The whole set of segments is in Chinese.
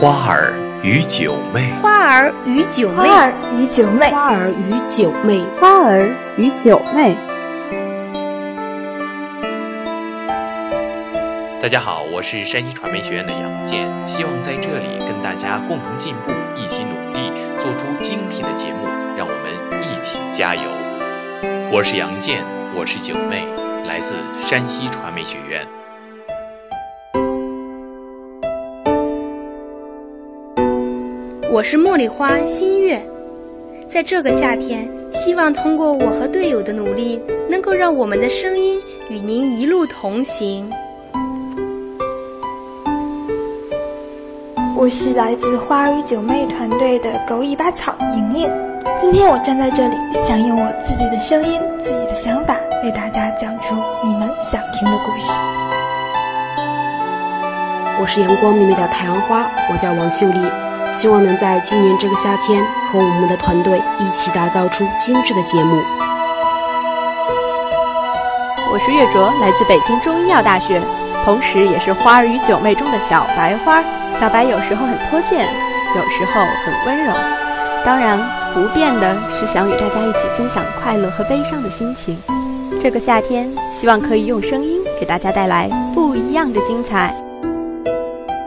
花儿与九妹，花儿与九妹，花儿与九妹，花儿与九妹，花儿与九妹。大家好，我是山西传媒学院的杨健，希望在这里跟大家共同进步，一起努力，做出精品的节目，让我们一起加油。我是杨健，我是九妹，来自山西传媒学院。我是茉莉花新月，在这个夏天，希望通过我和队友的努力，能够让我们的声音与您一路同行。我是来自花儿与九妹团队的狗尾巴草莹莹，今天我站在这里，想用我自己的声音、自己的想法，为大家讲出你们想听的故事。我是阳光明媚的太阳花，我叫王秀丽，希望能在今年这个夏天和我们的团队一起打造出精致的节目。我是月卓，来自北京中医药大学，同时也是花儿与九妹中的小白花。小白有时候很脱线，有时候很温柔，当然不变的是想与大家一起分享快乐和悲伤的心情。这个夏天，希望可以用声音给大家带来不一样的精彩。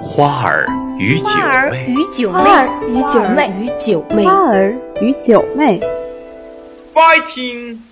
花儿与九花儿妹，与九妹，花儿与九妹，与九妹，花儿与九妹。 fighting。